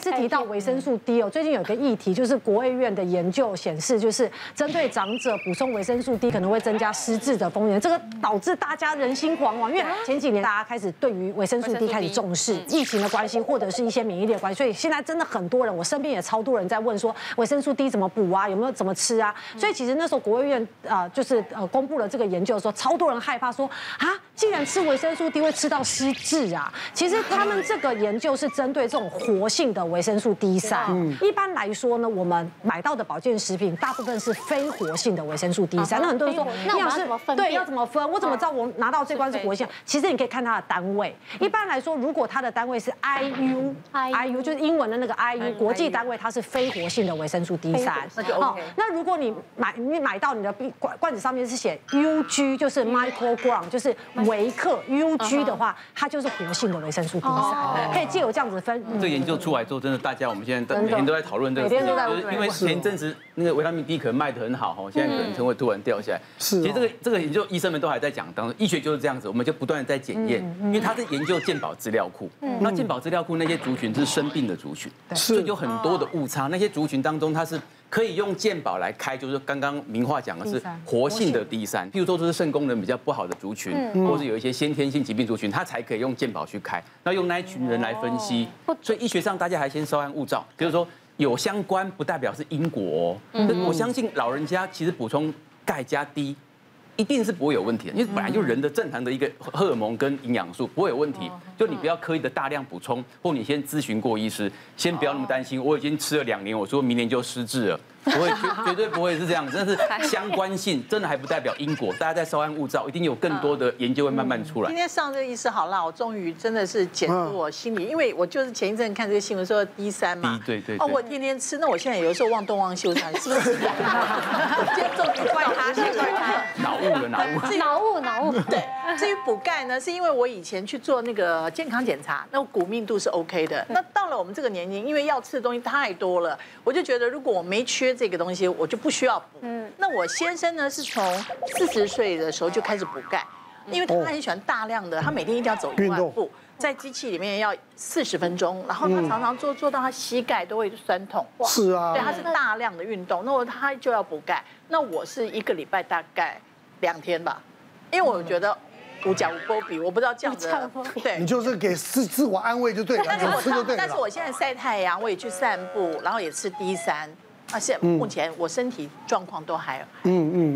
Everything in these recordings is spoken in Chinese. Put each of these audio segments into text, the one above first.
次提到维生素 D 哦，最近有一个议题就是国卫院的研究显示，就是针对长者补充维生素 D 可能会增加失智的风险，这个导致大家人心惶惶。因为前几年大家开始对于啊维生素 D 开始重视，疫情的关系或者是一些免疫力的关系，所以现在真的很多人，我身边也超多人在问说维生素 D 怎么补啊，有没有怎么吃啊？所以其实那时候国卫院啊、呃就是呃公布了这个研究的时候，超多人害怕说啊，既然吃维生素 D 会吃到失智啊，其实他们这个研究是针对这种活性的维生素 D 三。一般来说呢，我们买到的保健食品大部分是非活性的维生素 D 三。那很多人说，那我们要是怎么分对辨要怎么分？我怎么知道我拿到这罐是活性？ 其实你可以看它的单位。一般来说，如果它的单位是 IU，IU 就是英文的那个 IU，国际单位它是非活性的维生素 D 三。那就 OK。那如果你买你买到你的罐罐子上面是写 UG，就是 microgram，就是微克 UG 的话，它就是活性的维生素 D 三，可以借由这样子分。这个研究出来之后，真的大家我们现在嗯真的每天都在讨论这个，每天都在就是因为前一阵子那个维他命 D 可能卖的很好哦，现在可能成会突然掉下来。是哦其实这个这个研究医生们都还在讲当中，医学就是这样子，我们就不断的在检嗯验，因为他是研究健保资料库，那健保资料库那些族群是生病的族群，所以有很多哦的误差。那些族群当中，它是可以用健保来开，就是刚刚明话讲的是 D 三活性嗯的 D 三，譬如说就是肾功能比较不好的族群，或者有一些先天性疾病族群，它才可以用健保去开。那用那一群人来分析，所以医学上大家还先稍安勿躁，比如说有相关不代表是因果哦。我相信老人家其实补充钙加 D。一定是不会有问题的，因为本来就人的正常的一个荷尔蒙跟营养素不会有问题，就你不要刻意的大量补充，或你先咨询过医师，先不要那么担心。我已经吃了两年，我说明年就失智了，不会绝绝对不会是这样，真的是相关性，真的还不代表因果，大家在稍安勿躁，一定有更多的研究会慢慢出来今。天上这个医师好辣，我终于真的是解出我心里，因为我就是前一阵看这个新闻说 D 三嘛嗯 D，对对对哦，我天天吃，那我现在有的时候忘东忘西，我想 是不是？我今天重点怪他，是怪他。脑雾了，脑雾。脑雾脑雾， 对，至于补钙呢，是因为我以前去做那个健康检查，那骨密度是 OK 的。那到了我们这个年龄，因为要吃的东西太多了，我就觉得如果我没缺这个东西，我就不需要补。那我先生呢，是从四十岁的时候就开始补钙，因为他很喜欢大量的，他每天一定要走一运万动嗯步。在机器里面要四十分钟，然后他常常做做到他膝盖都会酸痛。哇是啊对，他是大量的运动，那我他就要补钙。那我是一个礼拜大概两天吧，因为我觉得五甲无波比，我不知道这样子无甲无波，对你。就是给自自我安慰就对了，但是有我吃就对但是了。我现在晒太阳，我也去散步，然后也吃 D 三，而且嗯目前我身体状况都还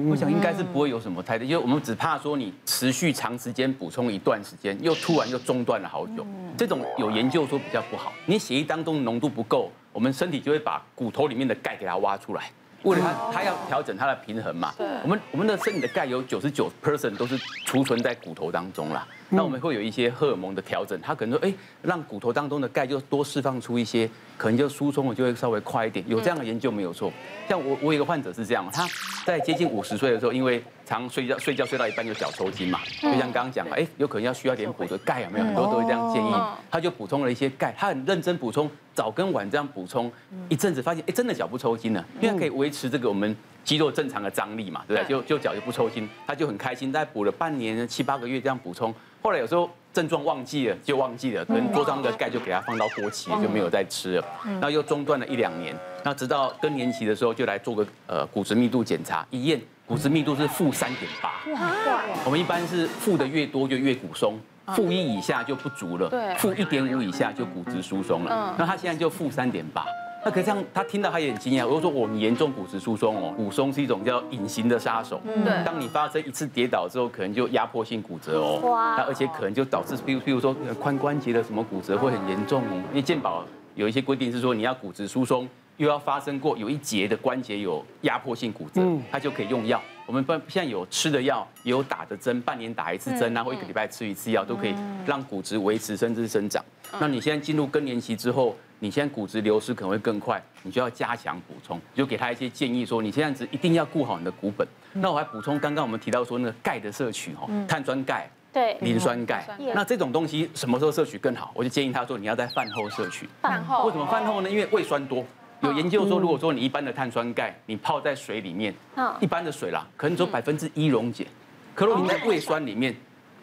我想应该是不会有什么太大，因为我们只怕说你持续长时间补充一段时间，又突然又中断了好久，这种有研究说比较不好。你血液当中浓度不够，我们身体就会把骨头里面的钙给它挖出来，为了它它要调整它的平衡嘛。我们我们的身体的钙有九十九 percent 都是储存在骨头当中啦。那我们会有一些荷尔蒙的调整，它可能说，哎，让骨头当中的钙就多释放出一些，可能就疏松了，就会稍微快一点。有这样的研究没有错。像我我有一个患者是这样，他在接近五十岁的时候，因为常睡觉睡觉睡到一半就小抽筋嘛，就像刚刚讲，哎，有可能要需要一点补的钙，有没有？很多都会这样建议。他就补充了一些钙，他很认真补充，早跟晚这样补充，一阵子发现，哎，真的脚不抽筋了，因为它可以维持这个我们肌肉正常的张力嘛，对不对？就就脚就不抽筋，他就很开心，大概补了半年七八个月这样补充，后来有时候症状忘记了就忘记了，可能桌上的钙就给它放到过期嗯了就没有再吃了，然后又中断了一两年，那直到更年期的时候就来做个呃骨质密度检查，一验骨质密度是负三点八，我们一般是负的越多就越骨松。负一以下就不足了，嗯对嗯负一点五以下就骨质疏松了。那他现在就负三点八，那可是这样，他听到他也很惊讶。我就说，我你严重骨质疏松哦，骨松是一种叫隐形的杀手。嗯对当你发生一次跌倒之后，可能就压迫性骨折哦。哇那而且可能就导致，比如比如说呃髋关节的什么骨折会很严重哦。因为健保有一些规定是说，你要骨质疏松，又要发生过有一节的关节有压迫性骨折，它就可以用药。我们不现在有吃的药，也有打的针，半年打一次针啊，或一个礼拜吃一次药，都可以让骨质维持甚至生长。那你现在进入更年期之后，你现在骨质流失可能会更快，你就要加强补充，就给他一些建议说，你现在只一定要顾好你的骨本。那我还补充，刚刚我们提到说那个钙的摄取哦，碳酸钙。对，磷酸钙钙，那这种东西什么时候摄取更好？我就建议他说你要在饭后摄取。饭后为什么饭后呢？因为胃酸多。有研究说，如果说你一般的碳酸钙，你泡在水里面嗯，一般的水啦，可能只有百分之一溶解。可如果你在胃酸里面，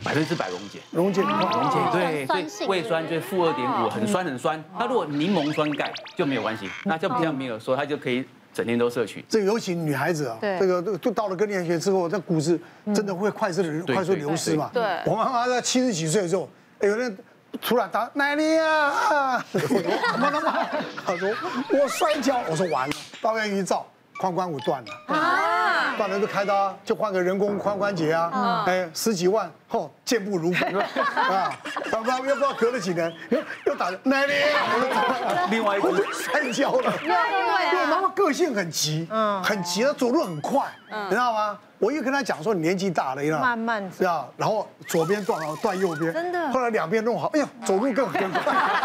百分之百溶解。溶解的话，溶解对，所哦酸性以胃酸就负二点哦五，很酸很嗯酸。那如果柠檬酸钙就没有关系，那就不像米尔说，它就可以整天都摄取。这个尤其女孩子啊，对嗯这个就到了更年期之后，这骨质真的会快速的对快速流失嘛。对对我妈妈在七十几岁的时候，哎有人突然打奶奶啊，我说什么他妈？她说我摔跤，我说完了，到院一照，髋关节断了。啊，断了就开刀啊，就换个人工髋关节啊，哎，十几万，吼，健步如飞啊！要不然又不知道隔了几年，又又打奶奶，我说怎 么了另外一只我哦就摔跤了。啊因为我妈妈个性很急，嗯很急，她走路很快，你知道吗？我一跟她讲说你年纪大了，你知道吗慢慢走是啊，然后左边断好断右边，真的后来两边弄好，哎呦，走路更更快。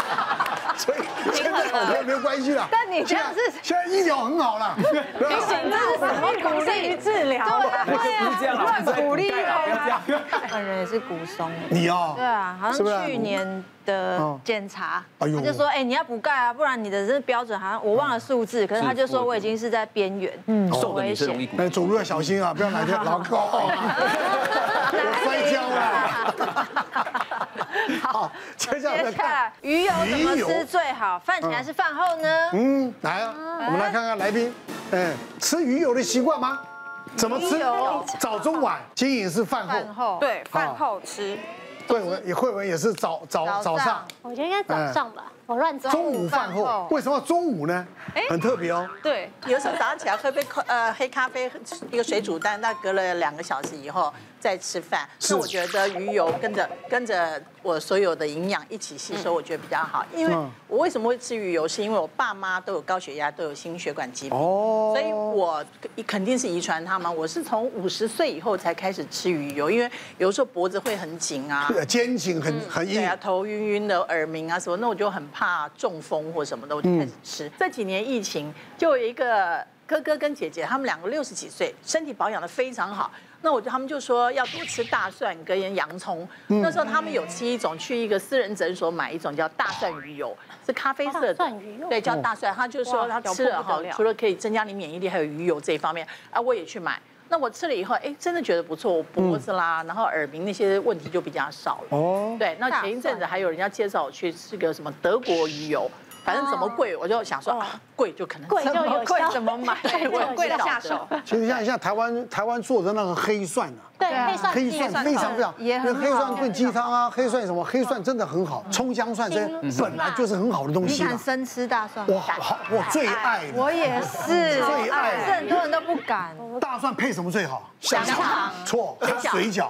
所以现在好像没有关系了，但你这样现在是现在医疗很好了，对吧这是什么鼓励治疗啊？哎不是这样 啦，不是在补钙啦，不要这样。本人也是骨松耶。你哦，对啊，好是不是啊像去年的检查，哎他呦就说，哎，你要补钙啊，不然你的这标准好像我忘了数字，可是哦他就说我已经是在边缘， 嗯，瘦的女生容易骨哎，走路要小心啊，不要 哪天老高啊，我摔跤了。好，接下来 接再下看来，鱼油怎么鱼油吃最好？饭前还是饭后呢？哎 嗯，来啊，我们来看看来宾，哎，吃鱼油的习惯吗？怎么吃鱼油？早中晚，金颖是饭饭后，后，对，饭后吃。慧文也慧文也是早早早早上上，我觉得应该早上吧，我乱猜。中午饭饭后后，为什么中午呢？很特别哦，对，有时候早上起来喝杯咖呃黑咖啡，一个水煮蛋，那隔了两个小时以后再吃饭。是那我觉得鱼油跟着跟着我所有的营养一起吸收，我觉得比较好。因为嗯我为什么会吃鱼油，是因为我爸妈都有高血压，都有心血管疾病，哦所以我肯定是遗传他们。我是从五十岁以后才开始吃鱼油，因为有时候脖子会很紧啊。呃肩颈很很对硬啊，，头晕晕的，耳鸣啊什么，那我就很怕中风或什么的，我就开始吃。嗯这几年疫情，就有一个哥哥跟姐姐，他们两个六十几岁，身体保养的非常好。那我就他们就说要多吃大蒜跟洋葱。嗯那时候他们有吃一种，去一个私人诊所买一种叫大蒜鱼油，是咖啡色的。大蒜鱼油对，叫大蒜。他就说哦哇他吃了咬哈破不得了，除了可以增加你免疫力，还有鱼油这一方面啊，我也去买。那我吃了以后，哎，真的觉得不错，我脖子嗯啦，然后耳鸣那些问题就比较少了。哦对，那前一阵子还有人家介绍我去吃个什么德国鱼油，反正怎么贵，我就想说啊，哦贵就可能贵就这么有贵效怎么 买？对我就贵有到下手。其实像像台湾台湾做的那个黑蒜啊，对，黑蒜黑蒜非常非常，也很那黑好蒜炖鸡汤啊，黑蒜什么黑蒜真的很好，葱姜蒜这嗯本来就是很好的东你西敢嘛。生吃大蒜？我好好，我最爱的我也是，哦最爱可是很多人都不敢。大蒜配什么最好？香肠错，水饺。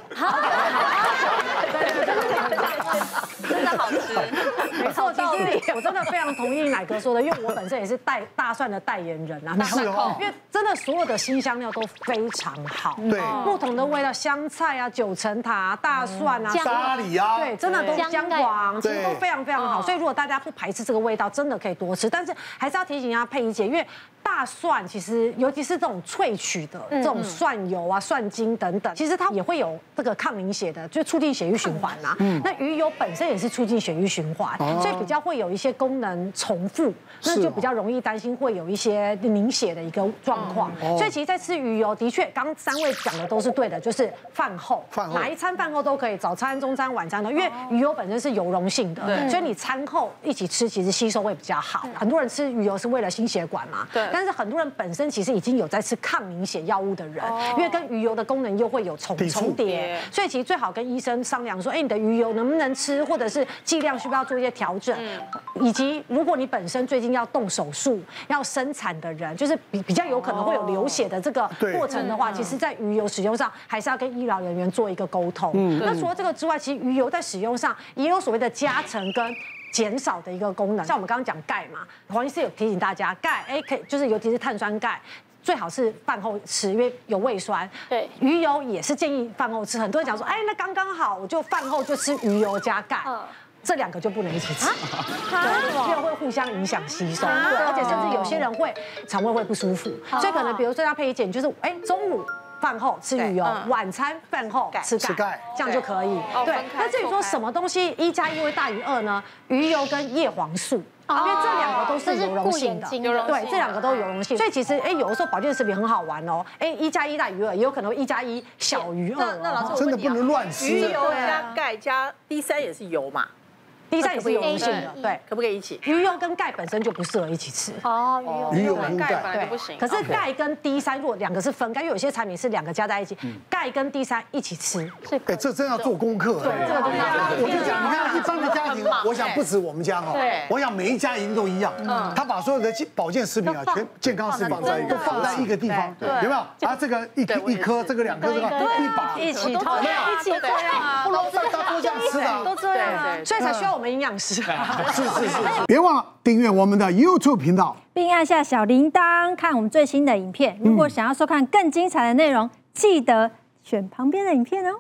真的好吃。没错，其实我真的非常同意奶哥说的，因为我本身也是代大蒜的代言人啊，大是哦因为真的所有的新香料都非常好，对不同的味道，香菜啊、九层塔、啊、大蒜啊、姜咖喱啊对，真的都对姜黄，其对嗯实都非常非常好。所以如果大家不排斥这个味道，真的可以多吃，但是还是要提醒一下佩仪姐，因为。大蒜其实，尤其是这种萃取的嗯这种蒜油啊、蒜精等等，其实它也会有这个抗凝血的，就促进血液循环啦。那鱼油本身也是促进血液循环，所以比较会有一些功能重复，那哦是就哦比较容易担心会有一些凝血的一个状况。嗯哦所以其实，在吃鱼油的确，刚刚三位讲的都是对的，就是饭后，饭后哪一餐饭后都可以，早餐、中餐、晚餐都，因为鱼油本身是油溶性的，所以你餐后一起吃，其实吸收会比较好。很多人吃鱼油是为了心血管嘛，对但是很多人本身其实已经有在吃抗凝血药物的人，因为跟鱼油的功能又会有重抵触重叠对，所以其实最好跟医生商量说，哎，你的鱼油能不能吃，或者是剂量需不需要做一些调整，以及如果你本身最近要动手术、要生产的人，就是比比较有可能会有流血的这个对过程的话，其实在鱼油使用上还是要跟医疗人员做一个沟通。那除了这个之外，其实鱼油在使用上也有所谓的加成跟。减少的一个功能，像我们刚刚讲钙嘛，黄医师有提醒大家，钙哎可以就是尤其是碳酸钙，最好是饭后吃，因为有胃酸。对鱼油也是建议饭后吃，很多人讲说，哎，那刚刚好，我就饭后就吃鱼油加钙嗯，这两个就不能一起吃，对，因为会互相影响吸收，对，而且甚至有些人会肠胃会不舒服，所以可能比如说像佩仪姐，你就是哎中午。饭后吃鱼油，晚餐饭后吃吃钙钙，这样就可以哦。对分，开那至于说错开什么东西一加一会大于二呢？鱼油跟叶黄素。因为这两个都是油溶性的这是，顾眼睛的油溶性对的，这两个都有油溶性，所以其实哎，有的时候保健食品很好玩哦，哎，一加一大于二，也有可能会一加一小于二那哦。那老师，我真的问你啊不能乱吃 鱼油对啊加钙加 D 三也是油嘛，第三也是油溶性的，对对，可不可以一起？鱼油跟钙本身就不适合一起吃。哦，鱼油对跟钙本钙，来就不行。可是钙跟 D 三如果两个是分开，因为有些产品是两个加在一起，钙跟 D 三一起吃，哎，这真要做功课。对，这个东西我就讲，你看一般的家庭很忙，我想不止我们家哈哦对，我想每一家一定都一样。他把所有的健保健食品啊都，放全健康食品放在一起都放在一个地方，有没有？啊，这个一颗对我一也是颗，这个两颗，这个哦一把，一哦起偷没有一起这样啊，不能大家都这样吃的啊。都这样啊。所以才需要我们营养师。是是是，别忘了订阅我们的 YouTube 频道。并按下小铃铛看我们最新的影片。如果想要收看更精彩的内容，记得选旁边的影片哦。